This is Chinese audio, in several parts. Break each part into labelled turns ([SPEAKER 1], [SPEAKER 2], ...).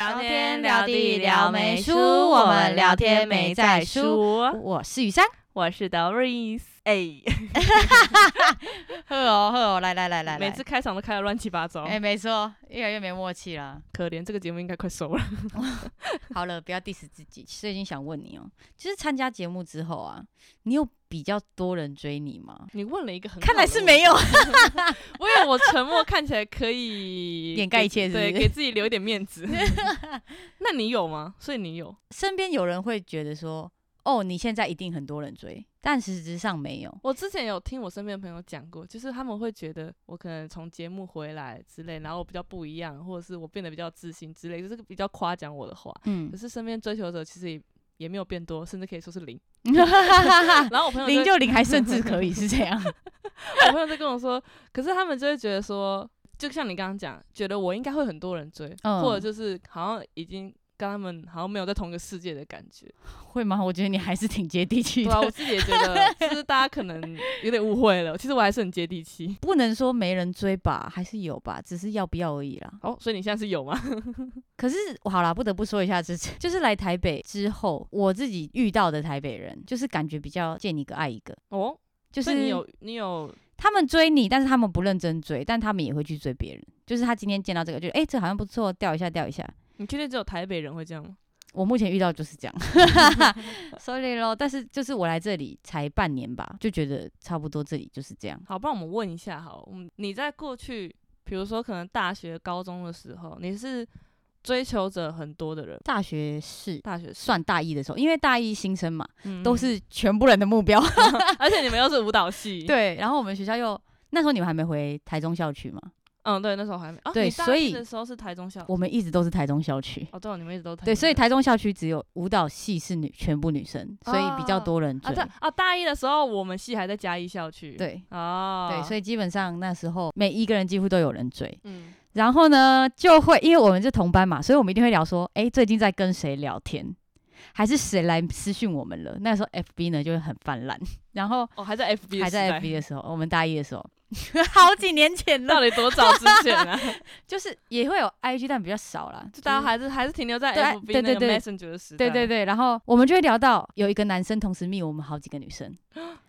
[SPEAKER 1] 聊天聊地聊没输，我们聊天没在输。。我是雨珊，
[SPEAKER 2] 我是 Doris。哎，
[SPEAKER 1] 呵哦呵哦，来来来来来，
[SPEAKER 2] 每次开场都开的乱七八糟
[SPEAKER 1] 哎、，没错，越来越没默契了。
[SPEAKER 2] 可怜这个节目应该快收了。
[SPEAKER 1] 好了，不要 diss 自己。最近想问你哦、就是参加节目之后啊，你有比较多人追你吗？
[SPEAKER 2] 你问了一个很，
[SPEAKER 1] 看来是没，有，
[SPEAKER 2] 我以为我沉默看起来可以
[SPEAKER 1] 掩盖一
[SPEAKER 2] 给
[SPEAKER 1] 切是不是
[SPEAKER 2] 对，给自己留一点面 子。那你有吗？所以你有，
[SPEAKER 1] 身边有人会觉得说，哦，你现在一定很多人追，但实质上没有。
[SPEAKER 2] 我之前有听我身边的朋友讲过，就是他们会觉得我可能从节目回来之类，然后我比较不一样，或者是我变得比较自信之类，就是比较夸奖我的话。
[SPEAKER 1] 嗯
[SPEAKER 2] 可，是身边追求者其实也也没有变多，甚至可以说是零。
[SPEAKER 1] 零
[SPEAKER 2] 然后我朋友就会
[SPEAKER 1] 就 零，还甚至可以是这样。
[SPEAKER 2] 我朋友就跟我说，可是他们就会觉得说，就像你刚刚讲，觉得我应该会很多人追，
[SPEAKER 1] 嗯
[SPEAKER 2] 或者就是好像已经跟他们好像没有在同一个世界的感觉。
[SPEAKER 1] 会吗？我觉得你还是挺接地气
[SPEAKER 2] 对
[SPEAKER 1] 的，
[SPEAKER 2] 啊，我自己也觉得，就是大家可能有点误会了。其实我还是很接地气。
[SPEAKER 1] 不能说没人追吧，还是有吧，只是要不要而已啦。
[SPEAKER 2] 哦，所以你现在是有 吗？
[SPEAKER 1] 可是好啦，不得不说一下， 就是就是来台北之后，我自己遇到的台北人，就是感觉比较见一个爱一个，
[SPEAKER 2] 哦，
[SPEAKER 1] 就
[SPEAKER 2] 所以你
[SPEAKER 1] 是
[SPEAKER 2] 有你有
[SPEAKER 1] 他们追你，但是他们不认真追，但他们也会去追别人。就是他今天见到这个，就哎、诶这好像不错，调一下，调一下。
[SPEAKER 2] 你确定只有台北人会这样吗？
[SPEAKER 1] 我目前遇到就是这样 ，sorry 咯。但是就是我来这里才半年吧，就觉得差不多这里就是这样。
[SPEAKER 2] 好，帮我们问一下好，我们你在过去，比如说可能大学、高中的时候，你是追求者很多的人，
[SPEAKER 1] 大学是
[SPEAKER 2] 大学是、
[SPEAKER 1] 算大一的时候，因为大一新生嘛，
[SPEAKER 2] 嗯
[SPEAKER 1] 都，是全部人的目标。
[SPEAKER 2] 而且你们又是舞蹈系，，
[SPEAKER 1] 对，然后我们学校又那时候你们还没回台中校区嘛，
[SPEAKER 2] 嗯，对，那时候还没，哦、
[SPEAKER 1] 对
[SPEAKER 2] 你大
[SPEAKER 1] 所
[SPEAKER 2] 一
[SPEAKER 1] 以
[SPEAKER 2] 的时候是台中校，
[SPEAKER 1] 我们一直都是台中校区。
[SPEAKER 2] 哦，对哦，你们一直都台
[SPEAKER 1] 对，
[SPEAKER 2] 中
[SPEAKER 1] 所以
[SPEAKER 2] 校
[SPEAKER 1] 台中校区只有舞蹈系是女全部女生，所以比较多人追。
[SPEAKER 2] 啊，对啊，大一的时候我们系还在嘉义校区，，
[SPEAKER 1] 对
[SPEAKER 2] 哦，
[SPEAKER 1] 对，所
[SPEAKER 2] 以，
[SPEAKER 1] 以基本上那时候每一个人几乎都有人追。
[SPEAKER 2] 嗯，
[SPEAKER 1] 然后呢，就会因为我们是同班嘛，所以我们一定会聊说，哎，最近在跟谁聊天，还是谁来私讯我们了？那时候 FB 呢就会很泛滥，然后
[SPEAKER 2] 哦，还在 FB，的
[SPEAKER 1] 还
[SPEAKER 2] 时
[SPEAKER 1] 在
[SPEAKER 2] 代
[SPEAKER 1] FB 的时候，我们大一的时候， 好几年前了
[SPEAKER 2] 到，底多早之前 啊？嗯
[SPEAKER 1] 就是也会有 IG，但比较少啦，
[SPEAKER 2] 就大家还是还是停留在
[SPEAKER 1] 对
[SPEAKER 2] FB
[SPEAKER 1] 对
[SPEAKER 2] 那
[SPEAKER 1] 对
[SPEAKER 2] 个
[SPEAKER 1] 对
[SPEAKER 2] Messenger 的时代，
[SPEAKER 1] 对对
[SPEAKER 2] 啊对，
[SPEAKER 1] 对，然后我们就会聊到有一个男生同时密我们好几个女 生，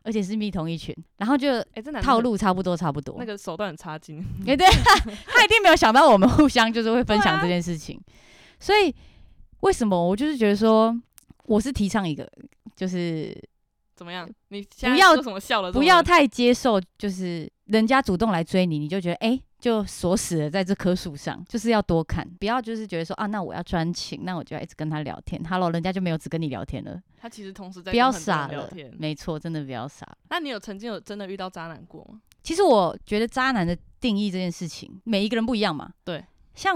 [SPEAKER 1] 而且是密同一群，然后就
[SPEAKER 2] 哎，真的
[SPEAKER 1] 套路差不多差不多。
[SPEAKER 2] 那个手段很差劲，
[SPEAKER 1] 哎、 对，他一定没有想到我们互相就是会分
[SPEAKER 2] 啊
[SPEAKER 1] 享这件事情，所以为什么我就是觉得说，我是提倡一个，就是
[SPEAKER 2] 怎么样？你现在
[SPEAKER 1] 要
[SPEAKER 2] 说什么笑了？
[SPEAKER 1] 不要太接受，就是人家主动来追你，你就觉得哎、诶就锁死了在这棵树上，就是要多看，不要就是觉得说啊，那我要专情，那我就要一直跟他聊天。Hello，人家就没有只跟你聊天了，
[SPEAKER 2] 他其实同时在
[SPEAKER 1] 不要
[SPEAKER 2] 跟很多人
[SPEAKER 1] 傻
[SPEAKER 2] 聊
[SPEAKER 1] 了
[SPEAKER 2] 天，。
[SPEAKER 1] 没错，真的不要傻了。
[SPEAKER 2] 那你有曾经有真的遇到渣男过吗？
[SPEAKER 1] 其实我觉得渣男的定义这件事情，每一个人不一样嘛。
[SPEAKER 2] 对，
[SPEAKER 1] 像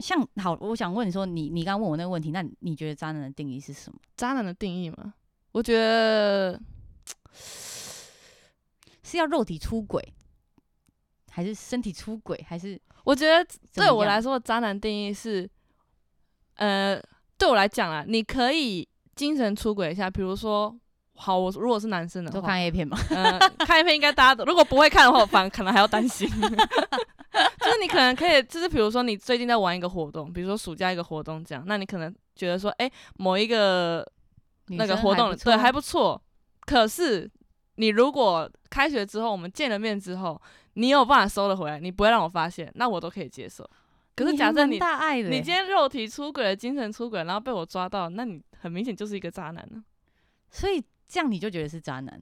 [SPEAKER 1] 像好，我想问你说，你你刚刚问我那个问题，那你觉得渣男的定义是什么？
[SPEAKER 2] 渣男的定义吗？我觉得
[SPEAKER 1] 是要肉体出轨，还是身体出轨，还是
[SPEAKER 2] 我觉得
[SPEAKER 1] 怎么
[SPEAKER 2] 对
[SPEAKER 1] 样
[SPEAKER 2] 我来说，渣男定义是，呃，对我来讲啊，你可以精神出轨一下，比如说，好，我如果是男生的
[SPEAKER 1] 都
[SPEAKER 2] 话，
[SPEAKER 1] 看 A 片嘛？
[SPEAKER 2] 呃，看一篇应该大家都，如果不会看的话，我反而可能还要担心。 就是你可能可以，就是比如说你最近在玩一个活动，比如说暑假一个活动这样，那你可能觉得说，哎、某一个那个活动，对，还
[SPEAKER 1] 不啊
[SPEAKER 2] 不错。可是你如果开学之后，我们见了面之后，你有办法收得回来，你不会让我发现，那我都可以接受。可是假设
[SPEAKER 1] 还
[SPEAKER 2] 你
[SPEAKER 1] 蛮大爱的欸，
[SPEAKER 2] 你今天肉体出轨了、精神出轨，然后被我抓到，那你很明显就是一个渣男啊了、
[SPEAKER 1] 所以这样你就觉得是渣男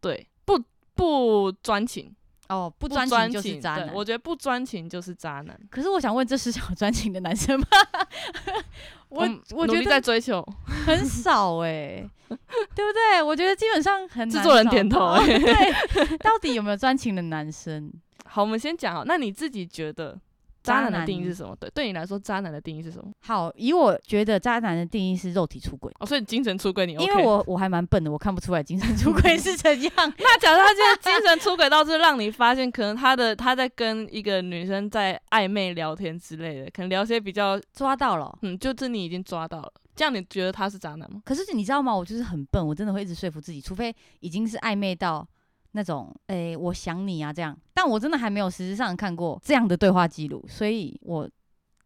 [SPEAKER 2] 对，不不专情，
[SPEAKER 1] 哦，不
[SPEAKER 2] 不
[SPEAKER 1] 专
[SPEAKER 2] 专
[SPEAKER 1] 情就是
[SPEAKER 2] 情
[SPEAKER 1] 渣
[SPEAKER 2] 对
[SPEAKER 1] 男。
[SPEAKER 2] 我觉得不专情就是渣男。
[SPEAKER 1] 可是我想问，这是有专情的男生吗？ 我
[SPEAKER 2] 们
[SPEAKER 1] 我
[SPEAKER 2] 努
[SPEAKER 1] 觉
[SPEAKER 2] 力在
[SPEAKER 1] 得
[SPEAKER 2] 追求，
[SPEAKER 1] 很少哎、 对不对？我觉得基本上很
[SPEAKER 2] 制
[SPEAKER 1] 难
[SPEAKER 2] 作人
[SPEAKER 1] 找
[SPEAKER 2] 点头
[SPEAKER 1] 到
[SPEAKER 2] 欸
[SPEAKER 1] 对，到底有没有专情的男生？
[SPEAKER 2] 好，我们先讲好。那你自己觉得渣男的定义是什么？对，对你来说，渣男的定义是什么？
[SPEAKER 1] 好，以我觉得渣男的定义是肉体出轨。
[SPEAKER 2] 哦，所以精神出轨你 OK？
[SPEAKER 1] 因为我我还蛮笨的，我看不出来精神出轨是怎样。
[SPEAKER 2] 那假设他现在精神出轨到是让你发现，可能他的他在跟一个女生在暧昧聊天之类的，可能聊些比较
[SPEAKER 1] 抓到了，
[SPEAKER 2] 嗯，就是你已经抓到了，这样你觉得他是渣男吗？
[SPEAKER 1] 可是你知道吗？我就是很笨，我真的会一直说服自己，除非已经是暧昧到那种，诶、我想你啊这样。但我真的还没有实质上看过这样的对话记录，所以我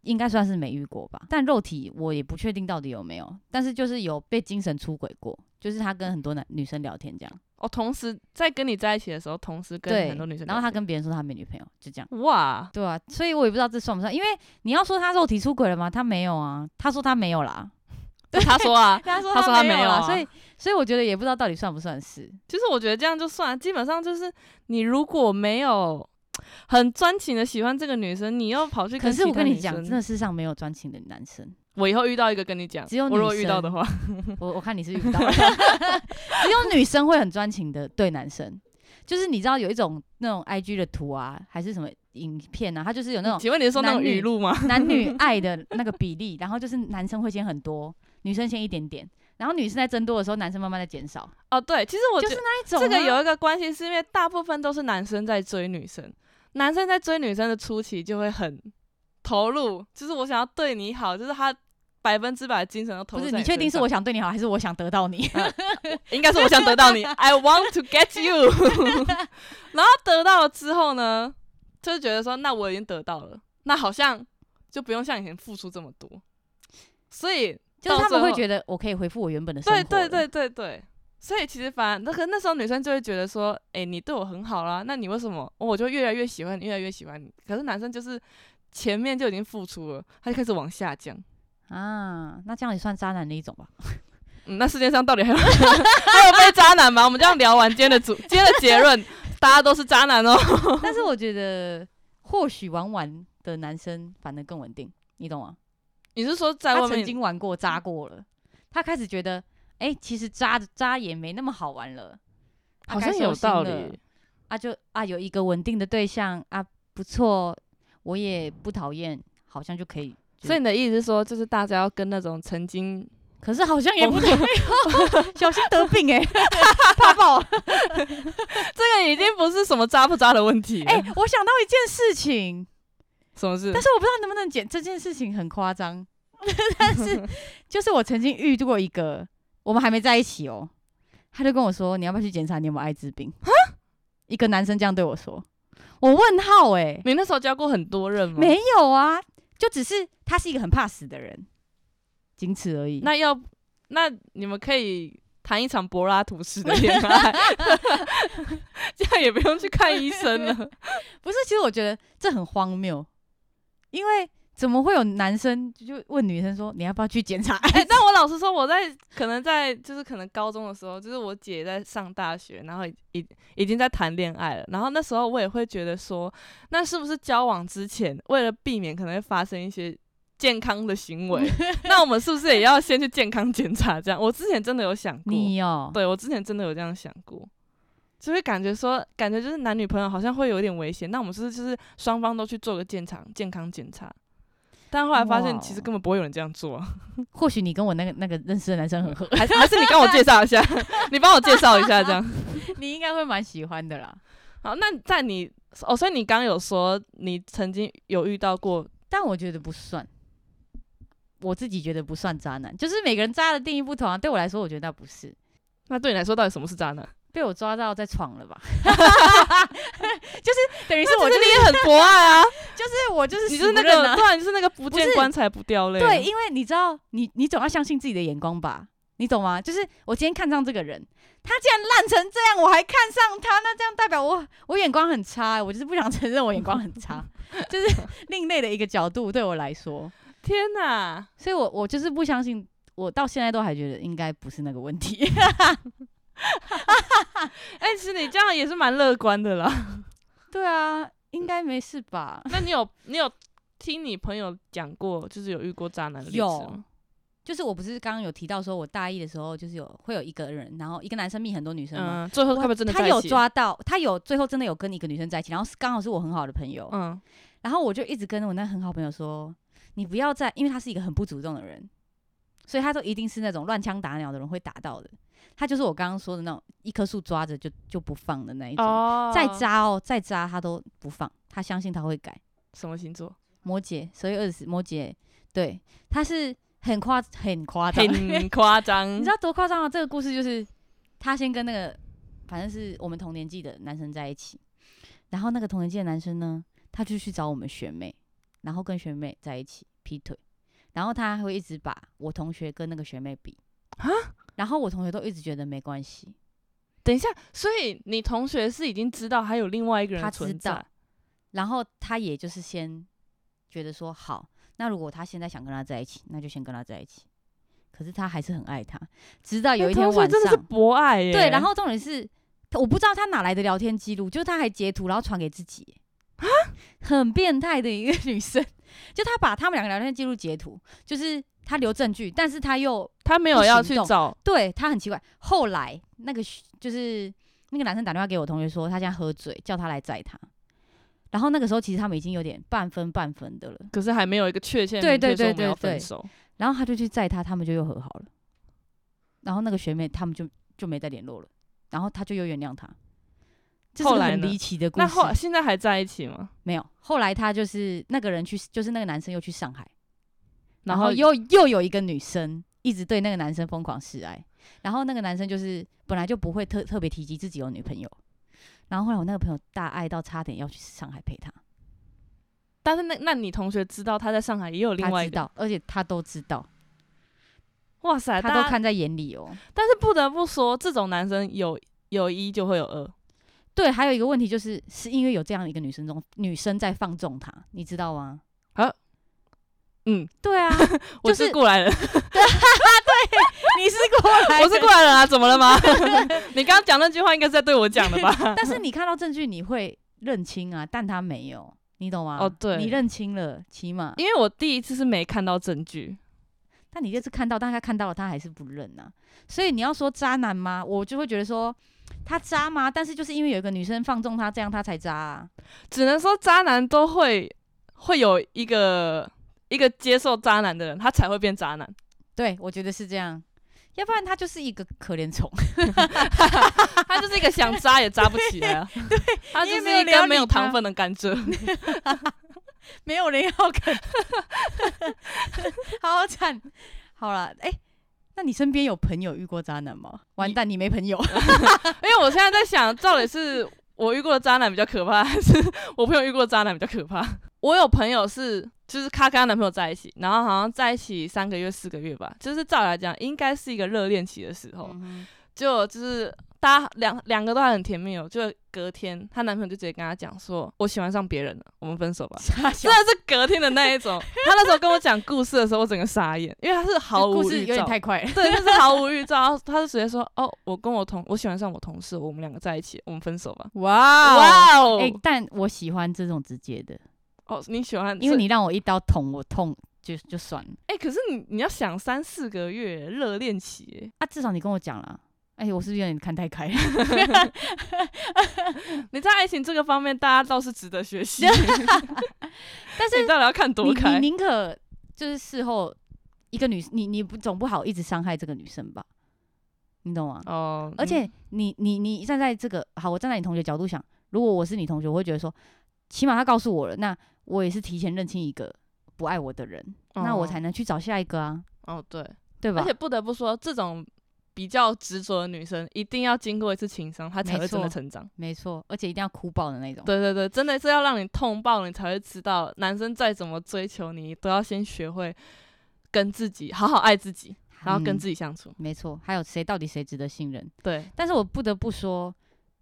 [SPEAKER 1] 应该算是没遇过吧。但肉体我也不确定到底有没有，但是就是有被精神出轨过，就是他跟很多男女生聊天这样，
[SPEAKER 2] 哦，同时在跟你在一起的时候，同时跟
[SPEAKER 1] 对
[SPEAKER 2] 很多女生聊天，
[SPEAKER 1] 然后他跟别人说他没女朋友，就这样。
[SPEAKER 2] 哇，
[SPEAKER 1] 对啊，所以我也不知道这算不算，因为你要说他肉体出轨了吗？他没有啊，他说他没有啦，
[SPEAKER 2] 那他说啊，
[SPEAKER 1] 他 说
[SPEAKER 2] 他说他
[SPEAKER 1] 没
[SPEAKER 2] 没有
[SPEAKER 1] 啦
[SPEAKER 2] 啊
[SPEAKER 1] 所以所以我觉得也不知道到底算不算是，
[SPEAKER 2] 其实我觉得这样 就算了，基本上就是你如果没有很专情的喜欢这个女生，你又跑去
[SPEAKER 1] 可
[SPEAKER 2] 跟
[SPEAKER 1] 是我
[SPEAKER 2] 其他
[SPEAKER 1] 跟你
[SPEAKER 2] 女
[SPEAKER 1] 讲，
[SPEAKER 2] 生
[SPEAKER 1] 真的世上没有专情的 男生，
[SPEAKER 2] 我以后遇到一个跟你讲，
[SPEAKER 1] 只有
[SPEAKER 2] 我如果
[SPEAKER 1] 女
[SPEAKER 2] 遇到的
[SPEAKER 1] 生
[SPEAKER 2] 话，
[SPEAKER 1] 我我看你是遇不到了， 只有女生会很专情的对男生，就是你知道有一种那种 I G 的图啊，还是什么影片啊，它就是有那种
[SPEAKER 2] 请问你是说那
[SPEAKER 1] 男
[SPEAKER 2] 种
[SPEAKER 1] 女
[SPEAKER 2] 语录吗？
[SPEAKER 1] 男女爱的那个比例，然后就是男生会先很多，女生先一点点，然后女生在增多的时候，男生慢慢在减少，
[SPEAKER 2] 哦，对，其实我
[SPEAKER 1] 就
[SPEAKER 2] 觉
[SPEAKER 1] 是
[SPEAKER 2] 得
[SPEAKER 1] 那一种、啊
[SPEAKER 2] 这个。有一个关系，是因为大部分都是男生在追女生，男生在追女生的初期就会很投入，就是我想要对你好，就是他百分之百的精神都投入
[SPEAKER 1] 不
[SPEAKER 2] 在
[SPEAKER 1] 是
[SPEAKER 2] 身上。
[SPEAKER 1] 你确定是我想对你好，还是我想 得到你？
[SPEAKER 2] 应该是我想得 到你，I want to get you 。 然后得到了之后呢，就觉得说，那我已经得到了，那好像就不用像以前付出这么多。所以，
[SPEAKER 1] 就是他们会
[SPEAKER 2] 得，
[SPEAKER 1] 觉得我可以回复我原本的生活
[SPEAKER 2] 对
[SPEAKER 1] 了。
[SPEAKER 2] 对对对对。所以其实反而那个那时候女生就会觉得说，哎、你对我很好啦，那你为什么、哦我就越来越喜欢你，越来越喜欢你？可是男生就是前面就已经付出了，他就开始往下降。
[SPEAKER 1] 啊，那这样也算渣男的一种吧？
[SPEAKER 2] 嗯，那世界上到底还有还有被渣男吗？我们这样聊完今天的主，今天的结论， 大家都是渣男哦。
[SPEAKER 1] 但是我觉得，或许玩玩的男生反而更稳定，你懂吗？
[SPEAKER 2] 你是说在
[SPEAKER 1] 他
[SPEAKER 2] 外
[SPEAKER 1] 曾
[SPEAKER 2] 面？
[SPEAKER 1] 经玩过渣过了，他开始觉得，哎、其实渣渣也没那么好玩了，啊
[SPEAKER 2] 好像
[SPEAKER 1] 该
[SPEAKER 2] 有
[SPEAKER 1] 收心
[SPEAKER 2] 道
[SPEAKER 1] 了
[SPEAKER 2] 理。
[SPEAKER 1] 啊就，啊有一个稳定的对象啊，不错，我也不讨厌，好像就可以。
[SPEAKER 2] 所以你的意思是说，就是大家要跟那种曾经
[SPEAKER 1] 可是好像也不对哦， 小心得病哎、怕 爆！
[SPEAKER 2] 这个已经不是什么渣不渣的问题了，
[SPEAKER 1] 哎、我想到一件事情，
[SPEAKER 2] 什么事
[SPEAKER 1] 但？是我不知道能不能剪这件事情很夸张， 但是就是我曾经遇到过一个，我们还没在一起哦，他就跟我说你要不要去检查你有没有艾滋病？一个男生这样对我说，我问号哎、
[SPEAKER 2] 你那时候交过很多任吗？
[SPEAKER 1] 没有啊，就只是他是一个很怕死的人，仅此而已。
[SPEAKER 2] 那要那你们可以谈一场柏拉图式的恋爱， 这样也不用去看医生了。
[SPEAKER 1] 不是，其实我觉得这很荒谬，因为怎么会有男生就问女生说你要不要去检查 艾滋病？
[SPEAKER 2] 哎、但我老实说，我在可能在就是可能高中的时候，就是我姐在上大学，然后已已已经在谈恋爱了，然后那时候我也会觉得说，那是不是交往之前，为了避免可能会发生一些健康的行为， 那我们是不是也要先去健康检查？这样，我之前真的有想过，
[SPEAKER 1] 你哦，
[SPEAKER 2] 对我之前真的有这样想过。就会感觉说，感觉就是男女朋友好像会有点危险，那我们是不是就是双方都去做个健康健康检查？但后来发
[SPEAKER 1] 哇
[SPEAKER 2] 现，
[SPEAKER 1] 哦
[SPEAKER 2] 其实根本不会有人这样做啊、
[SPEAKER 1] 或许你跟我那个那个认识的男生 很合，
[SPEAKER 2] 还是还是你帮我介绍一下，你帮我介绍一下这样。
[SPEAKER 1] 你应该会蛮喜欢的啦。
[SPEAKER 2] 好，那在你哦，所以你刚有说你曾经有遇到过，
[SPEAKER 1] 但我觉得不算，我自己觉得不算渣男，就是每个人渣的定义不同啊。对我来说，我觉得那不是
[SPEAKER 2] 那对你来说到底什么是渣男？
[SPEAKER 1] 被我抓到在闯了吧， 就是 等于是我
[SPEAKER 2] 我觉
[SPEAKER 1] 就
[SPEAKER 2] 得你也很博爱啊，
[SPEAKER 1] 就是我就是
[SPEAKER 2] 你
[SPEAKER 1] 死
[SPEAKER 2] 就是那
[SPEAKER 1] 不认
[SPEAKER 2] 个，
[SPEAKER 1] 啊
[SPEAKER 2] 对啊，你就是那个不
[SPEAKER 1] 不
[SPEAKER 2] 见
[SPEAKER 1] 是
[SPEAKER 2] 棺材不掉泪。
[SPEAKER 1] 对，因为你知道，你你总要相信自己的眼光吧。你懂吗？就是我今天看上这个人，他竟然烂成这样，我还看上他，那这样代表我我眼光很差、欸我就是不想承认我眼光很差， 就是另类的一个角度对我来说，
[SPEAKER 2] 天哪，
[SPEAKER 1] 所以我我就是不相信，我到现在都还觉得应该不是那个问题。
[SPEAKER 2] 哎、其实你这样也是蛮乐观的啦。
[SPEAKER 1] 对啊，应该没事吧？
[SPEAKER 2] 那你有你有听你朋友讲过，就是有遇过渣男的例子
[SPEAKER 1] 有
[SPEAKER 2] 吗？，
[SPEAKER 1] 就是我不是刚刚有提到说，我大一的时候就是有会有一个人，然后一个男生密很多女生嘛。
[SPEAKER 2] 嗯，最后
[SPEAKER 1] 我
[SPEAKER 2] 会不会真的
[SPEAKER 1] 他
[SPEAKER 2] 在
[SPEAKER 1] 有
[SPEAKER 2] 一起？
[SPEAKER 1] 抓到，他有最后真的有跟一个女生在一起，然后是刚好是我很好的朋友，
[SPEAKER 2] 嗯，
[SPEAKER 1] 然后我就一直跟我那很好朋友说，你不要再，因为他是一个很不主动的人，所以他都一定是那种乱枪打鸟的人会打到的，他就是我刚刚说的那种一棵树抓着就就不放的那一种，
[SPEAKER 2] 哦
[SPEAKER 1] 再渣哦再渣他都不放，他相信他会改。
[SPEAKER 2] 什么星座？
[SPEAKER 1] 摩羯，十月二十，摩羯，对，他是很夸很夸张，
[SPEAKER 2] 很夸张，
[SPEAKER 1] 你知道多夸张吗？啊这个故事就是他先跟那个反正是我们同年纪的男生在一起，然后那个同年纪的男生呢，他就去找我们学妹，然后跟学妹在一起，劈腿，然后他还会一直把我同学跟那个学妹比然后我同学都一直觉得没关系，
[SPEAKER 2] 等一下，所以你同学是已经知道还有另外一个
[SPEAKER 1] 他
[SPEAKER 2] 人
[SPEAKER 1] 知
[SPEAKER 2] 存在
[SPEAKER 1] 道，然后他也就是先觉得说好，那如果他现在想跟他在一起，那就先跟他在一起。可是他还是很爱他，直到
[SPEAKER 2] 哎
[SPEAKER 1] 有一天
[SPEAKER 2] 同学
[SPEAKER 1] 晚
[SPEAKER 2] 真的是
[SPEAKER 1] 上，
[SPEAKER 2] 博爱耶。
[SPEAKER 1] 对，然后重点是，我不知道他哪来的聊天记录，就是他还截图然后传给自己耶，
[SPEAKER 2] 啊
[SPEAKER 1] 很变态的一个女生， 就他把他们两个聊天记录截图，就是他留证据，但是他又
[SPEAKER 2] 他没有要去找，
[SPEAKER 1] 对他很奇怪。后来那个学就是那个男生打电话给我同学说，他现在喝醉，叫他来载他。然后那个时候其实他们已经有点半分半分的了，
[SPEAKER 2] 可是还没有一个确切
[SPEAKER 1] 对
[SPEAKER 2] 明确
[SPEAKER 1] 对
[SPEAKER 2] 说我们
[SPEAKER 1] 对
[SPEAKER 2] 要
[SPEAKER 1] 对对
[SPEAKER 2] 分手。
[SPEAKER 1] 然后他就去载他，他们就又和好了。然后那个学妹他们就就没再联络了，然后他就又原谅他。这是
[SPEAKER 2] 后
[SPEAKER 1] 个
[SPEAKER 2] 来
[SPEAKER 1] 很
[SPEAKER 2] 呢
[SPEAKER 1] 离奇的故事。
[SPEAKER 2] 那后现在还在一起吗？
[SPEAKER 1] 没有，后来他就是那个人去，就是那个男生又去上海，然
[SPEAKER 2] 然
[SPEAKER 1] 后
[SPEAKER 2] 后
[SPEAKER 1] 又又有一个女生一直对那个男生疯狂示爱，然后那个男生就是本来就不会特特别提及自己有女朋友，然后后来我那个朋友大爱到差点要去上海陪他，
[SPEAKER 2] 但是那那你同学知道他在上海也有另
[SPEAKER 1] 他
[SPEAKER 2] 外
[SPEAKER 1] 知
[SPEAKER 2] 一个，
[SPEAKER 1] 道，而且他都知道，
[SPEAKER 2] 哇塞，
[SPEAKER 1] 他
[SPEAKER 2] 啊大
[SPEAKER 1] 都
[SPEAKER 2] 家。
[SPEAKER 1] 看在眼里哦。
[SPEAKER 2] 但是不得不说，这种男生有有一就会有二，
[SPEAKER 1] 对，还有一个问题就是，是因为有这样一个女生中女生在放纵他，你知道吗？
[SPEAKER 2] 啊，嗯，
[SPEAKER 1] 对 啊，
[SPEAKER 2] 我
[SPEAKER 1] 就是
[SPEAKER 2] 是过来人，
[SPEAKER 1] 你是过来
[SPEAKER 2] 我是过来人啊，怎么了 吗？你刚刚讲那句话应该是在对我讲的吧？
[SPEAKER 1] 但是你看到证据，你会认清啊，但他没有，你懂吗？
[SPEAKER 2] 哦对
[SPEAKER 1] 你认清了，起 码，
[SPEAKER 2] 因为我第一次是没看到证据，
[SPEAKER 1] 但你这次看到，但他看到了，他还是不认啊。所以你要说渣男吗？我就会觉得说他渣吗？但是就是因为有一个女生放纵他，这样他才渣啊。
[SPEAKER 2] 只能说渣男都会会有一个一个接受渣男的人，他才会变渣男。
[SPEAKER 1] 对，我觉得是这样，要不然他就是一个可怜虫。
[SPEAKER 2] 他就是一个想扎也扎不起来 啊，他就
[SPEAKER 1] 你也没
[SPEAKER 2] 是
[SPEAKER 1] 有
[SPEAKER 2] 一
[SPEAKER 1] 了
[SPEAKER 2] 根
[SPEAKER 1] 解
[SPEAKER 2] 没有
[SPEAKER 1] 他
[SPEAKER 2] 糖分的甘蔗。
[SPEAKER 1] 没有人要啃， 好惨。好了，哎、那你身边有朋友遇过渣男吗？完蛋，你没朋友。
[SPEAKER 2] 因为我现在在想，到底是我遇过的渣男比较可怕，还是我朋友遇过的渣男比较可怕？我有朋友是，就是她跟她男朋友在一起，然后好像在一起三个月、四个月吧，就是照理来讲，应该是一个热恋期的时
[SPEAKER 1] 嗯
[SPEAKER 2] 候，就就是大家两两个都还很甜蜜哦，就隔天她男朋友就直接跟她讲说：“我喜欢上别人了，我们分手吧。”
[SPEAKER 1] 傻
[SPEAKER 2] 真
[SPEAKER 1] 笑
[SPEAKER 2] 的是隔天的那一种，她那时候跟我讲故事的时候，我整个傻眼，因为她是毫无
[SPEAKER 1] 故事
[SPEAKER 2] 预
[SPEAKER 1] 有点
[SPEAKER 2] 兆
[SPEAKER 1] 太快了。
[SPEAKER 2] 对，就是毫无预兆，然后他就直接说：“哦，我跟我同我喜欢上我同事，我们两个在一起，我们分手吧。”
[SPEAKER 1] 哇
[SPEAKER 2] 哇哦！
[SPEAKER 1] 哎、但我喜欢这种直接的，
[SPEAKER 2] 哦，你喜欢，
[SPEAKER 1] 因
[SPEAKER 2] 是
[SPEAKER 1] 为你让我一刀捅我痛就就算了
[SPEAKER 2] 哎、可是你你要想三四个月热恋期耶，
[SPEAKER 1] 啊，至少你跟我讲了。哎、我是不是有点看太开了？
[SPEAKER 2] 你在爱情这个方面，大家倒是值得学习。 但是你到底要看
[SPEAKER 1] 你
[SPEAKER 2] 哎多
[SPEAKER 1] 你
[SPEAKER 2] 开？
[SPEAKER 1] 宁可就是事后一个女，你你不总不好一直伤害这个女生吧？你懂吗？
[SPEAKER 2] 哦，嗯
[SPEAKER 1] 而且你你你站在这个好，我站在你同学角度想，如果我是你同学，我会觉得说，起码他告诉我了，那我也是提前认清一个不爱我的人，那我
[SPEAKER 2] 哦
[SPEAKER 1] 才能去找下一个啊，
[SPEAKER 2] 哦对，
[SPEAKER 1] 对吧？
[SPEAKER 2] 而且不得不说，这种比较执着的女生，一定要经过一次情伤，她才
[SPEAKER 1] 没
[SPEAKER 2] 会真的
[SPEAKER 1] 错
[SPEAKER 2] 成长。
[SPEAKER 1] 没错，而且一定要哭爆的那种。
[SPEAKER 2] 对对对，真的是要让你痛爆，你才会知道，男生再怎么追求你，都要先学会跟自己好好爱自己，然后跟
[SPEAKER 1] 嗯
[SPEAKER 2] 自己相处。
[SPEAKER 1] 没错，还有谁到底谁值得信任？
[SPEAKER 2] 对，
[SPEAKER 1] 但是我不得不说，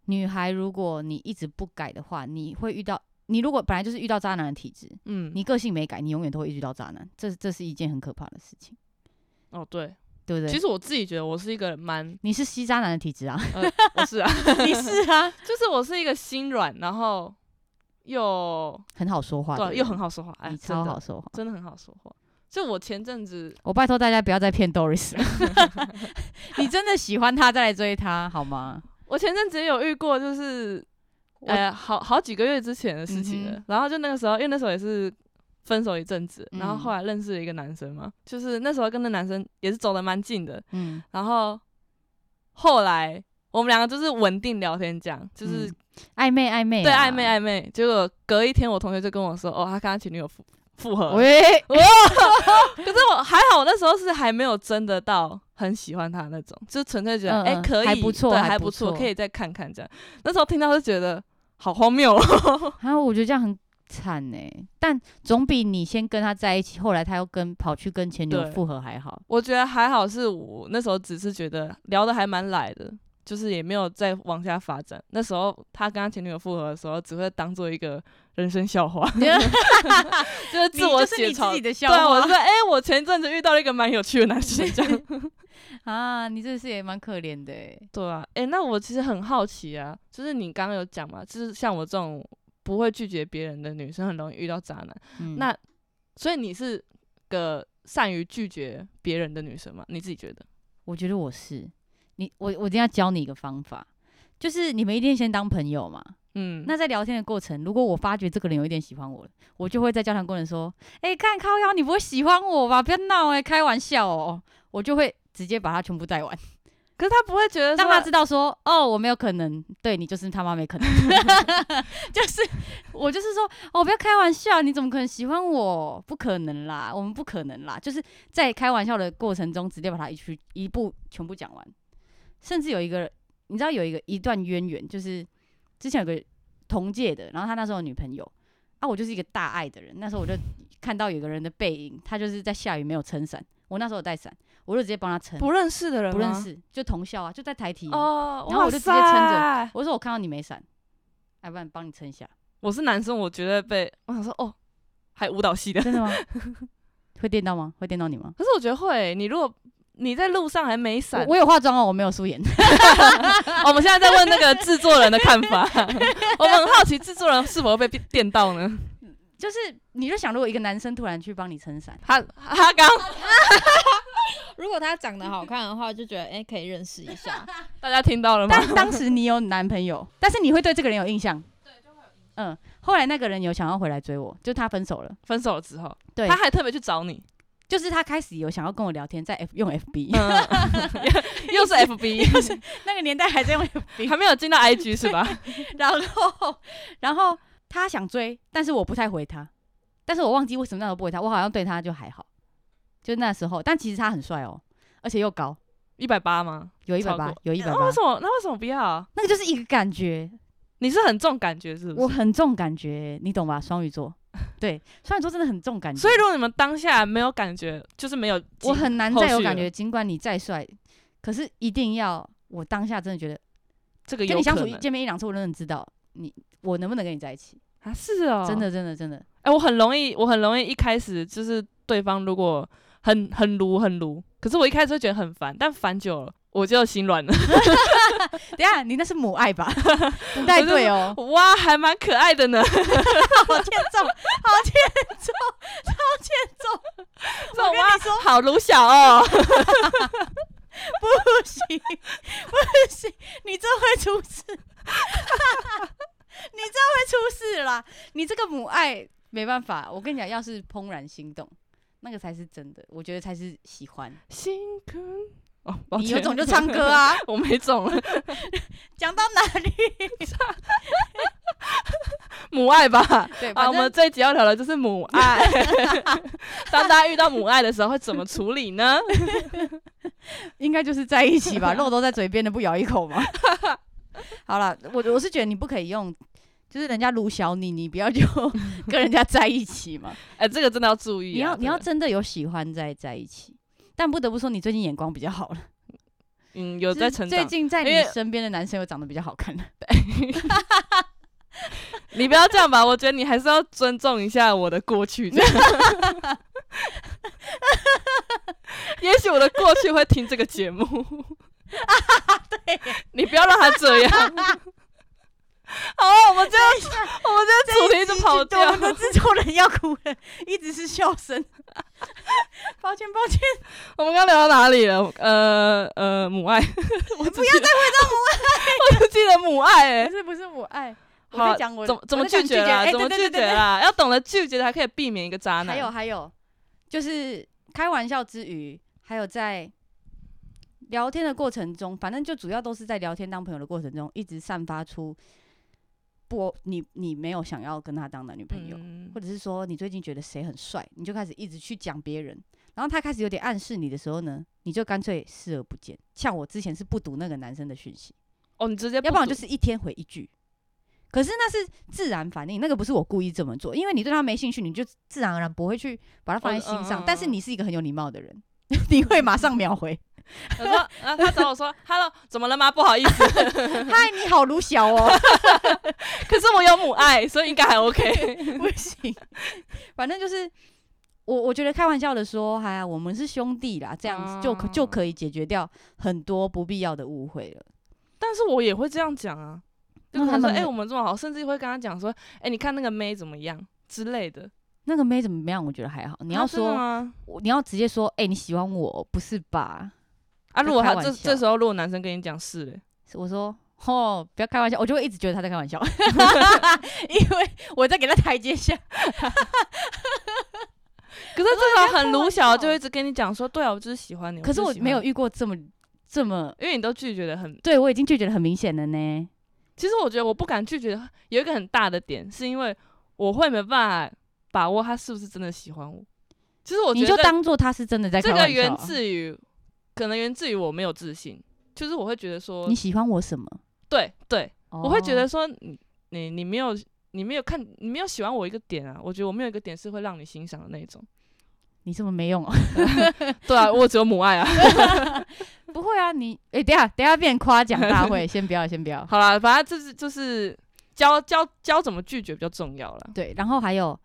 [SPEAKER 1] 女孩如果你一直不改的话，你会遇到你如果本来就是遇到渣男的体质，
[SPEAKER 2] 嗯，
[SPEAKER 1] 你个性没改，你永远都会遇到渣男，这这是一件很可怕的事情，
[SPEAKER 2] 哦对，
[SPEAKER 1] 对不对？
[SPEAKER 2] 其实我自己觉得我是一个 蛮，
[SPEAKER 1] 你是吸渣男的体 质啊，
[SPEAKER 2] 呃，我是啊，
[SPEAKER 1] 你是啊，
[SPEAKER 2] 就是我是一个心软，然后又
[SPEAKER 1] 很好说话的
[SPEAKER 2] 对
[SPEAKER 1] 人，
[SPEAKER 2] 又很好说话，哎，
[SPEAKER 1] 你
[SPEAKER 2] 真
[SPEAKER 1] 超
[SPEAKER 2] 的
[SPEAKER 1] 好，说话。
[SPEAKER 2] 真的很好说话。就我前阵子，
[SPEAKER 1] 我拜托大家不要再骗 Doris 了， 你真的喜欢他再来追他好吗？
[SPEAKER 2] 我前阵子也有遇过，就是
[SPEAKER 1] 我
[SPEAKER 2] 呃，好好几个月之前的事情了。
[SPEAKER 1] 嗯哼
[SPEAKER 2] 然后就那个时候，因为那时候也是分手一阵子，然后
[SPEAKER 1] 嗯
[SPEAKER 2] 后来认识了一个男生嘛，就是那时候跟那男生也是走的蛮近的。
[SPEAKER 1] 嗯，
[SPEAKER 2] 然后后来我们两个就是稳定聊天这样，就是、
[SPEAKER 1] 嗯暧昧暧昧，啊
[SPEAKER 2] 对暧昧。暧昧。结果隔一天，我同学就跟我说，哦，他跟他前女友复复合了。
[SPEAKER 1] 喂，
[SPEAKER 2] 可是我还好，我那时候是还没有真的到很喜欢他那种，就是纯粹觉得
[SPEAKER 1] 嗯
[SPEAKER 2] 哎、
[SPEAKER 1] 嗯
[SPEAKER 2] 可以，
[SPEAKER 1] 还不错
[SPEAKER 2] 对，
[SPEAKER 1] 还
[SPEAKER 2] 还
[SPEAKER 1] 不
[SPEAKER 2] 不错，
[SPEAKER 1] 错
[SPEAKER 2] 可以再看看这样。那时候听到就觉得好荒谬、哦，
[SPEAKER 1] 啊然后我觉得这样很惨呢、但总比你先跟他在一起，后来他又跟跑去跟前女友
[SPEAKER 2] 对
[SPEAKER 1] 复合 还好。
[SPEAKER 2] 我觉得还好，是我那时候只是觉得聊得还蛮来的，就是也没有再往下发展。那时候他跟他前女友复合的时候，只会当做一个人生笑话， 就是自我
[SPEAKER 1] 你就是
[SPEAKER 2] 解
[SPEAKER 1] 你
[SPEAKER 2] 嘲。
[SPEAKER 1] 自己的笑
[SPEAKER 2] 对啊，我
[SPEAKER 1] 话
[SPEAKER 2] 就说，哎、我前阵子遇到了一个蛮有趣的男生，这样。
[SPEAKER 1] 啊！你这是也蛮可怜的欸、
[SPEAKER 2] 对啊，哎、那我其实很好奇啊，就是你刚刚有讲嘛，就是像我这种不会拒绝别人的女生，很容易遇到渣男。
[SPEAKER 1] 嗯
[SPEAKER 2] 那所以你是个善于拒绝别人的女生吗？你自己觉得？
[SPEAKER 1] 我觉得我是你，我我一定要教你一个方法，就是你们一定先当朋友嘛。
[SPEAKER 2] 嗯，
[SPEAKER 1] 那在聊天的过程，如果我发觉这个人有一点喜欢我了，我就会在交谈过程说：“哎、看靠腰，你不会喜欢我吧？不要闹哎、开玩笑哦。”我就会直接把他全部带完，
[SPEAKER 2] 可是他不会觉得
[SPEAKER 1] 让他
[SPEAKER 2] 说
[SPEAKER 1] 知道说：“哦，我没有可能，对你就是他妈没可 能。”就是我就是说：“哦，不要开玩笑，你怎么可能喜欢我？不可能啦，我们不可能啦。”就是在开玩笑的过程中，直接把他一去一步全部讲完。甚至有一个，你知道有一个一段渊源，就是之前有个同届的，然后他那时候有女朋友啊，我就是一个大爱的人，那时候我就看到有个人的背影，他就是在下雨没有撑伞，我那时候有带伞，我就直接帮他撑，
[SPEAKER 2] 不认识的人
[SPEAKER 1] 不认
[SPEAKER 2] 吗
[SPEAKER 1] 识就同校啊，就在台体啊、
[SPEAKER 2] 哦，
[SPEAKER 1] 然后
[SPEAKER 2] 哇
[SPEAKER 1] 我就直接撑着
[SPEAKER 2] 塞。
[SPEAKER 1] 我就说我看到你没伞，要不然帮你撑一下，
[SPEAKER 2] 我是男生，我觉得被我想说哦，还舞蹈系 的。
[SPEAKER 1] 真的吗？会电到吗？会电到你吗？
[SPEAKER 2] 可是我觉得会，你如果你在路上还没
[SPEAKER 1] 我
[SPEAKER 2] 伞，
[SPEAKER 1] 我有哦化妆哦，我没有素颜。
[SPEAKER 2] 我们现在在问那个制作人的看法， 我们很好奇制作人是否会被电到呢？
[SPEAKER 1] 就是你就想，如果一个男生突然去帮你撑 伞，
[SPEAKER 2] 他他刚
[SPEAKER 3] 如果他长得好看的话，就觉得哎、诶可以认识一下。
[SPEAKER 2] 大家听到了吗？
[SPEAKER 1] 但当时你有男朋友，但是你会对这个人有印象。嗯，后来那个人有想要回来追我，就他分手了。
[SPEAKER 2] 分手了之后，
[SPEAKER 1] 对
[SPEAKER 2] 他还特别去找 你，
[SPEAKER 1] 就是他开始有想要跟我聊天，在 F 用 FB，、
[SPEAKER 2] 嗯，又是 FB，
[SPEAKER 1] 那个年代还在用
[SPEAKER 2] 还
[SPEAKER 1] FB，
[SPEAKER 2] 没有进到 IG 是吧？
[SPEAKER 1] 然后 然后他想追，但是我不太回他，但是我忘记为什么那时候不回他，我好像对他就还好，就那时候，但其实他很帅哦，而且又高， 一
[SPEAKER 2] 一百八吗？
[SPEAKER 1] 有一百
[SPEAKER 2] 超
[SPEAKER 1] 八
[SPEAKER 2] 过，哦
[SPEAKER 1] 有一百
[SPEAKER 2] 那
[SPEAKER 1] 八
[SPEAKER 2] 为，什么？那为什么不要啊？
[SPEAKER 1] 那个就是一个感觉，
[SPEAKER 2] 你是很重感觉是不
[SPEAKER 1] 我
[SPEAKER 2] 是？
[SPEAKER 1] 很重感觉，你懂吧？双鱼座， 对，双鱼座真的很重感觉，
[SPEAKER 2] 所以如果你们当下没有感觉，就是没有进，
[SPEAKER 1] 我很难
[SPEAKER 2] 后
[SPEAKER 1] 再有
[SPEAKER 2] 续
[SPEAKER 1] 感
[SPEAKER 2] 了
[SPEAKER 1] 觉，尽管你再帅，可是一定要我当下真的觉得，
[SPEAKER 2] 这个
[SPEAKER 1] 跟
[SPEAKER 2] 有
[SPEAKER 1] 你相
[SPEAKER 2] 可
[SPEAKER 1] 处一
[SPEAKER 2] 能
[SPEAKER 1] 见面一两次，我真的知道你我能不能跟你在一起，
[SPEAKER 2] 啊，是哦，
[SPEAKER 1] 真的真的真的，
[SPEAKER 2] 哎、我很容易，我很容易一开始就是对方如果很很撸很撸，可是我一开始会觉得很烦，但烦久了我就心软了。
[SPEAKER 1] 等一下你那是母爱吧？ 不太对哦，
[SPEAKER 2] 哇，还蛮可爱 的呢，
[SPEAKER 1] 好欠揍，好欠揍，
[SPEAKER 2] 这种哇，好撸小哦。
[SPEAKER 1] 不行不行，你这会出事，你这会出事啦！你这个母爱没办法，我跟你讲，要是怦然心动，那个才是真的，我觉得才是喜欢。
[SPEAKER 2] 辛苦哦，抱
[SPEAKER 1] 你有
[SPEAKER 2] 歉
[SPEAKER 1] 种就唱歌，啊！
[SPEAKER 2] 我没种了，
[SPEAKER 1] 讲到哪里？
[SPEAKER 2] 母爱吧。
[SPEAKER 1] 对，
[SPEAKER 2] 啊，
[SPEAKER 1] 反
[SPEAKER 2] 我
[SPEAKER 1] 正
[SPEAKER 2] 们这一集要聊的就是母 爱。 当大家遇到母爱的时候，会怎么处理 呢？
[SPEAKER 1] 应该就是在一起吧，肉都在嘴边的，不咬一口吗？好了，我我是觉得你不可以用，就是人家撸小你，你不要就跟人家在一起嘛。
[SPEAKER 2] 哎、这个真的要注意、啊。
[SPEAKER 1] 你要你
[SPEAKER 2] 这
[SPEAKER 1] 要
[SPEAKER 2] 个
[SPEAKER 1] 真的有喜欢再在一起。但不得不说，你最近眼光比较好了，
[SPEAKER 2] 嗯，有
[SPEAKER 1] 就是
[SPEAKER 2] 在成
[SPEAKER 1] 最
[SPEAKER 2] 长。
[SPEAKER 1] 近在
[SPEAKER 2] 因为
[SPEAKER 1] 你身边的男生有长得比较好 看的，
[SPEAKER 2] 你不要这样吧，我觉得你还是要尊重一下我的过 去。这样也许我的过去会听这个节 目。你不要让他这 样。好啊，我们这样，我们这样主题就跑
[SPEAKER 1] 对，我
[SPEAKER 2] 掉
[SPEAKER 1] 们。的制作人要哭了，一直是笑声。 抱歉抱歉，
[SPEAKER 2] 我们刚聊到哪里了？呃呃，母爱。 我不要再回到母爱。我只记得母爱、欸
[SPEAKER 1] 不。是不是我爱，我
[SPEAKER 2] 好
[SPEAKER 1] 在讲我
[SPEAKER 2] 怎么怎么
[SPEAKER 1] 我在讲
[SPEAKER 2] 拒绝啦？
[SPEAKER 1] 哎
[SPEAKER 2] 怎么
[SPEAKER 1] 对
[SPEAKER 2] 拒
[SPEAKER 1] 对对
[SPEAKER 2] 绝啊
[SPEAKER 1] 对
[SPEAKER 2] 啦？要懂得拒绝，才可以避免一个渣
[SPEAKER 1] 还有啊
[SPEAKER 2] 男。
[SPEAKER 1] 还有，就是开玩笑之余，还有在聊天的过程中，反正就主要都是在聊天当朋友的过程中，一直散发出不你你没有想要跟他当男女朋友，
[SPEAKER 2] 嗯
[SPEAKER 1] 或者是说你最近觉得谁很帅，你就开始一直去讲别人，然后他开始有点暗示你的时候呢，你就干脆视而不见。像我之前是不读那个男生的讯息，
[SPEAKER 2] 哦，你直接
[SPEAKER 1] 要不然我
[SPEAKER 2] 读
[SPEAKER 1] 就是一天回一句。可是那是自然反应，那个不是我故意这么做，因为你对他没兴趣，你就自然而然不会去把它放在心
[SPEAKER 2] 嗯
[SPEAKER 1] 上。
[SPEAKER 2] 嗯嗯
[SPEAKER 1] 但是你是一个很有礼貌的人， 你会马上 秒回，
[SPEAKER 2] 我说，啊，他找我 说，Hello，怎么了吗？不好意思，
[SPEAKER 1] 嗨，你好，卢小哦，
[SPEAKER 2] 可是我有母爱，所以应该还 OK。
[SPEAKER 1] 不行， 反正就是。我我觉得开玩笑的说，哎呀，我们是兄弟啦，这样子就可、就
[SPEAKER 2] 哦
[SPEAKER 1] 可以解决掉很多不必要的误会了。
[SPEAKER 2] 但是我也会这样讲啊，就
[SPEAKER 1] 那
[SPEAKER 2] 可
[SPEAKER 1] 他
[SPEAKER 2] 能说，
[SPEAKER 1] 们
[SPEAKER 2] 哎、
[SPEAKER 1] 没
[SPEAKER 2] 我们这么好，甚至会跟他讲说，哎、你看那个妹怎么样之类的。
[SPEAKER 1] 那个妹怎么样？我觉得还好。你
[SPEAKER 2] 你
[SPEAKER 1] 要说，
[SPEAKER 2] 啊，
[SPEAKER 1] 我你要直接说，哎、你喜欢我，不是吧？
[SPEAKER 2] 啊
[SPEAKER 1] 就
[SPEAKER 2] 如果
[SPEAKER 1] 开
[SPEAKER 2] 他
[SPEAKER 1] 玩
[SPEAKER 2] 这
[SPEAKER 1] 笑
[SPEAKER 2] 这时候如果男生跟你讲是嘞，
[SPEAKER 1] 我说哦，不要开玩笑，我就会一直觉得他在开 玩笑，因为我在给他台阶下。
[SPEAKER 2] 可是这种很
[SPEAKER 1] 开玩
[SPEAKER 2] 鲁小
[SPEAKER 1] 笑
[SPEAKER 2] 就一直跟你讲说，对啊，我就是喜欢你。
[SPEAKER 1] 可是
[SPEAKER 2] 就
[SPEAKER 1] 我
[SPEAKER 2] 喜欢
[SPEAKER 1] 没有
[SPEAKER 2] 你，
[SPEAKER 1] 遇过这么这么，
[SPEAKER 2] 因为你都拒绝的很。
[SPEAKER 1] 对我已经拒绝的很明显了呢。
[SPEAKER 2] 其实我觉得我不敢拒绝，有一个很大的点是因为我会没办法把握他是不是真的喜欢我。其实我觉
[SPEAKER 1] 你
[SPEAKER 2] 得
[SPEAKER 1] 就
[SPEAKER 2] 这
[SPEAKER 1] 当做他是真的在开
[SPEAKER 2] 这
[SPEAKER 1] 玩笑啊。
[SPEAKER 2] 个源自于，可能源自于我没有自信，就是我会觉得说
[SPEAKER 1] 你，喜欢我什么？
[SPEAKER 2] 对对，我会觉得
[SPEAKER 1] 哦
[SPEAKER 2] 说你你你没有你没有看你没有喜欢我一个点啊，我觉得我没有一个点是会让你欣赏的那种。
[SPEAKER 1] 你这么没 用哦。
[SPEAKER 2] 对啊，我只有母爱啊。
[SPEAKER 1] 不会啊，你哎、等一下等一下变夸奖大会，先不要先 不要。
[SPEAKER 2] 好啦，反正就是就是教教教怎么拒绝比较重要啦。
[SPEAKER 1] 对，然后还有，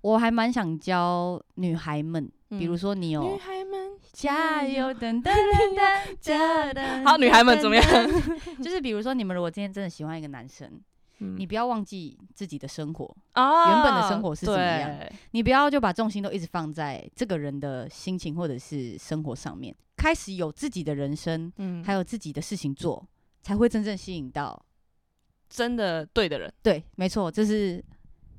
[SPEAKER 1] 我还蛮想教女孩们，比如
[SPEAKER 2] 嗯
[SPEAKER 1] 说你有、
[SPEAKER 2] 女孩们，
[SPEAKER 1] 加 油，噔噔噔噔噔噔。
[SPEAKER 2] 好女孩们怎么样？
[SPEAKER 1] 就是比如说，你们如果今天真的喜欢一个男生，你
[SPEAKER 2] 你
[SPEAKER 1] 不要忘记自己的生活，
[SPEAKER 2] 啊
[SPEAKER 1] 原本的生活是怎么样
[SPEAKER 2] 对
[SPEAKER 1] 你不要就把重心都一直放在这个人的心情或者是生活上面，开始有自己的人生，
[SPEAKER 2] 嗯，
[SPEAKER 1] 还
[SPEAKER 2] 还有
[SPEAKER 1] 有自己的事情做，才会真正吸引到。
[SPEAKER 2] 真的对的人，
[SPEAKER 1] 对，没错，这是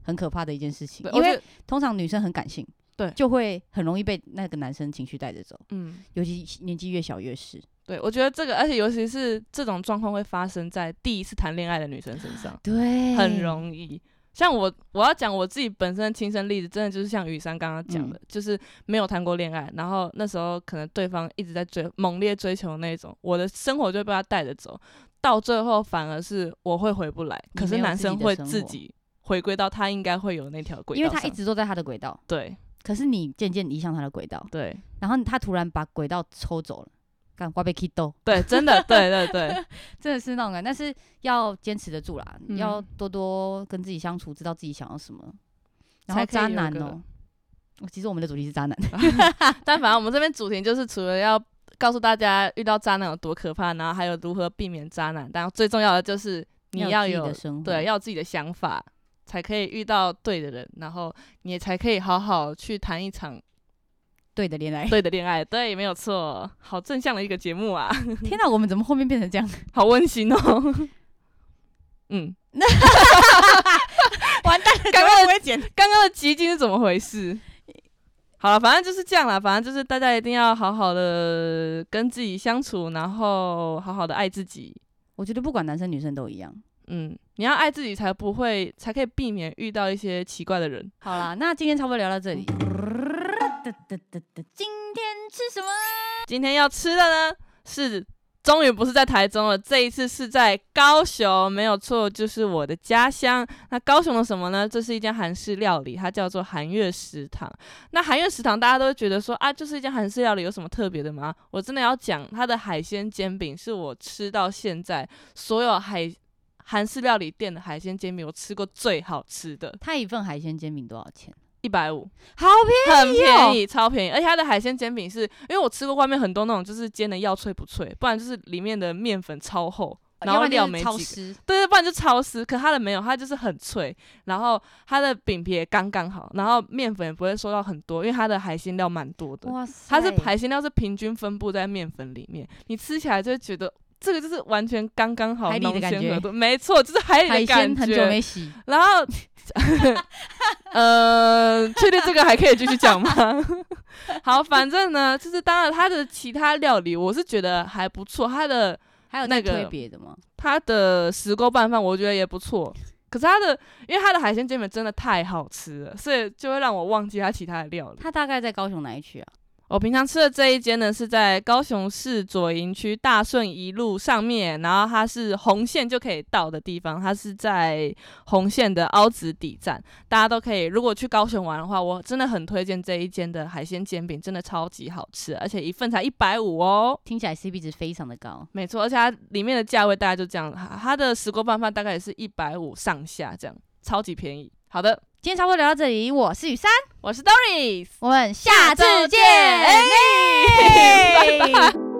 [SPEAKER 1] 很可怕的一件事情
[SPEAKER 2] 对，
[SPEAKER 1] 因
[SPEAKER 2] 我觉
[SPEAKER 1] 为
[SPEAKER 2] 得
[SPEAKER 1] 通常女生很感性，
[SPEAKER 2] 对
[SPEAKER 1] 就会很容易被那个男生情绪带着走，
[SPEAKER 2] 嗯。
[SPEAKER 1] 尤其年纪越小越是。
[SPEAKER 2] 对，我觉得这个，而且尤其是这种状况会发生在第一次谈恋爱的女生身上，
[SPEAKER 1] 对
[SPEAKER 2] 很容易。像我，我要讲我自己本身的亲身例子，真的就是像雨珊刚刚
[SPEAKER 1] 嗯
[SPEAKER 2] 讲的，就是没有谈过恋爱，然后那时候可能对方一直在追，猛烈追求那种，我的生活就被他带着走，到最后反而是我会回不来，
[SPEAKER 1] 你
[SPEAKER 2] 可
[SPEAKER 1] 没
[SPEAKER 2] 是
[SPEAKER 1] 有
[SPEAKER 2] 男
[SPEAKER 1] 自己
[SPEAKER 2] 生
[SPEAKER 1] 的
[SPEAKER 2] 会
[SPEAKER 1] 生
[SPEAKER 2] 自
[SPEAKER 1] 活
[SPEAKER 2] 己回归到他应该会有那条轨道
[SPEAKER 1] 因
[SPEAKER 2] 上，
[SPEAKER 1] 为他一直都在他的轨道，
[SPEAKER 2] 对
[SPEAKER 1] 可是你渐渐移向他的轨道，
[SPEAKER 2] 对
[SPEAKER 1] 然后他突然把轨道抽走了，干瓜被 k 斗，
[SPEAKER 2] 对，真的对对对，
[SPEAKER 1] 真的是那种感觉，但是要坚持得住啦，
[SPEAKER 2] 嗯
[SPEAKER 1] 要多多跟自己相处，知道自己想要什么。然后
[SPEAKER 2] 才可以
[SPEAKER 1] 渣
[SPEAKER 2] 有一个
[SPEAKER 1] 男哦、我其实我们的主题是渣 男，
[SPEAKER 2] 但反正我们这边主题就是除了要告诉大家遇到渣男有多可怕，然后还有如何避免渣男，但最重要的就是你要
[SPEAKER 1] 有自己
[SPEAKER 2] 有
[SPEAKER 1] 的生活，
[SPEAKER 2] 对要有自己的想法，才可以遇到对的人，然后你也才可以好好去谈一场
[SPEAKER 1] 对的恋爱。
[SPEAKER 2] 对的恋爱。对，没有错，好正向的一个节目啊，
[SPEAKER 1] 天哪，我们怎么后面变成这样？
[SPEAKER 2] 好温馨哦。 嗯，
[SPEAKER 1] 完蛋了，
[SPEAKER 2] 刚刚
[SPEAKER 1] 不会剪。
[SPEAKER 2] 刚刚的激进是怎么回事？好了，反正就是这样啦。反正就是大家一定要好好的跟自己相处，然后好好的爱自己。
[SPEAKER 1] 我觉得不管男生女生都一样。
[SPEAKER 2] 嗯，你要爱自己，才不会，才可以避免遇到一些奇怪的人。
[SPEAKER 1] 好啦，那今天差不多聊到这 里。今天吃什么？
[SPEAKER 2] 今天要吃的呢是，终于不是在台中了，这一次是在高雄，没有错，就是我的家乡。那高雄的什么呢？这是一间韩式料理，它叫做韩月食堂。那韩月食堂大家都会觉得说啊，就是一间韩式料理，有什么特别的吗？我真的要讲，它的海鲜煎饼是我吃到现在所有海韩式料理店的海鲜煎饼，我吃过最好吃的，
[SPEAKER 1] 他一份海鲜煎饼多少钱？
[SPEAKER 2] 一百五。
[SPEAKER 1] 好
[SPEAKER 2] 很
[SPEAKER 1] 哦
[SPEAKER 2] 便宜，超便宜，而且它的海鲜煎饼是因为我吃过外面很多那种，就是煎的要脆不脆，不然就是里面的面粉超
[SPEAKER 1] 哦
[SPEAKER 2] 厚，然后料没
[SPEAKER 1] 超
[SPEAKER 2] 几个，
[SPEAKER 1] 湿，
[SPEAKER 2] 对对，不然就超湿。可它的没有，它就是很脆，然后它的饼皮也刚刚好，然后面粉也不会收到很多，因为它的海鲜料蛮多的，
[SPEAKER 1] 哇塞
[SPEAKER 2] 它是海鲜料是平均分布在面粉里面，你吃起来就会觉得。这个就是完全刚刚好
[SPEAKER 1] 海里的
[SPEAKER 2] 浓
[SPEAKER 1] 感
[SPEAKER 2] 鲜
[SPEAKER 1] 觉
[SPEAKER 2] 合度，没错，就是海里
[SPEAKER 1] 海
[SPEAKER 2] 的感
[SPEAKER 1] 鲜
[SPEAKER 2] 觉。
[SPEAKER 1] 很久没洗，
[SPEAKER 2] 然后，呃，确定这个还可以继续讲吗？ 好，反正呢，就是当然它的其他料理，我是觉得还不错，它的
[SPEAKER 1] 还有
[SPEAKER 2] 那
[SPEAKER 1] 再
[SPEAKER 2] 个
[SPEAKER 1] 推别的吗？
[SPEAKER 2] 它的石锅拌饭我觉得也不错。可是它的，因为它的海鲜煎饼真的太好吃了，所以就会让我忘记它其他的料理。
[SPEAKER 1] 他大概在高雄哪一区啊？
[SPEAKER 2] 哦、我平常吃的这一间呢，是在高雄市左营区大顺一路上面，然后它是红线就可以到的地方，它是在红线的凹子底站，大家都可以。如果去高雄玩的话，我真的很推荐这一间的海鲜煎饼，真的超级好吃，而且一份才一百五哦。
[SPEAKER 1] 听起来 CP 值非常的高。
[SPEAKER 2] 没错，而且它里面的价位大概就这样，它它的石锅拌饭大概也是一百五上下，这样超级便宜。好的，
[SPEAKER 1] 今天差不多聊到这里，我是雨珊，
[SPEAKER 2] 我是 Doris，
[SPEAKER 1] 我们下次见，
[SPEAKER 2] 下周见
[SPEAKER 1] 哎
[SPEAKER 2] 拜拜。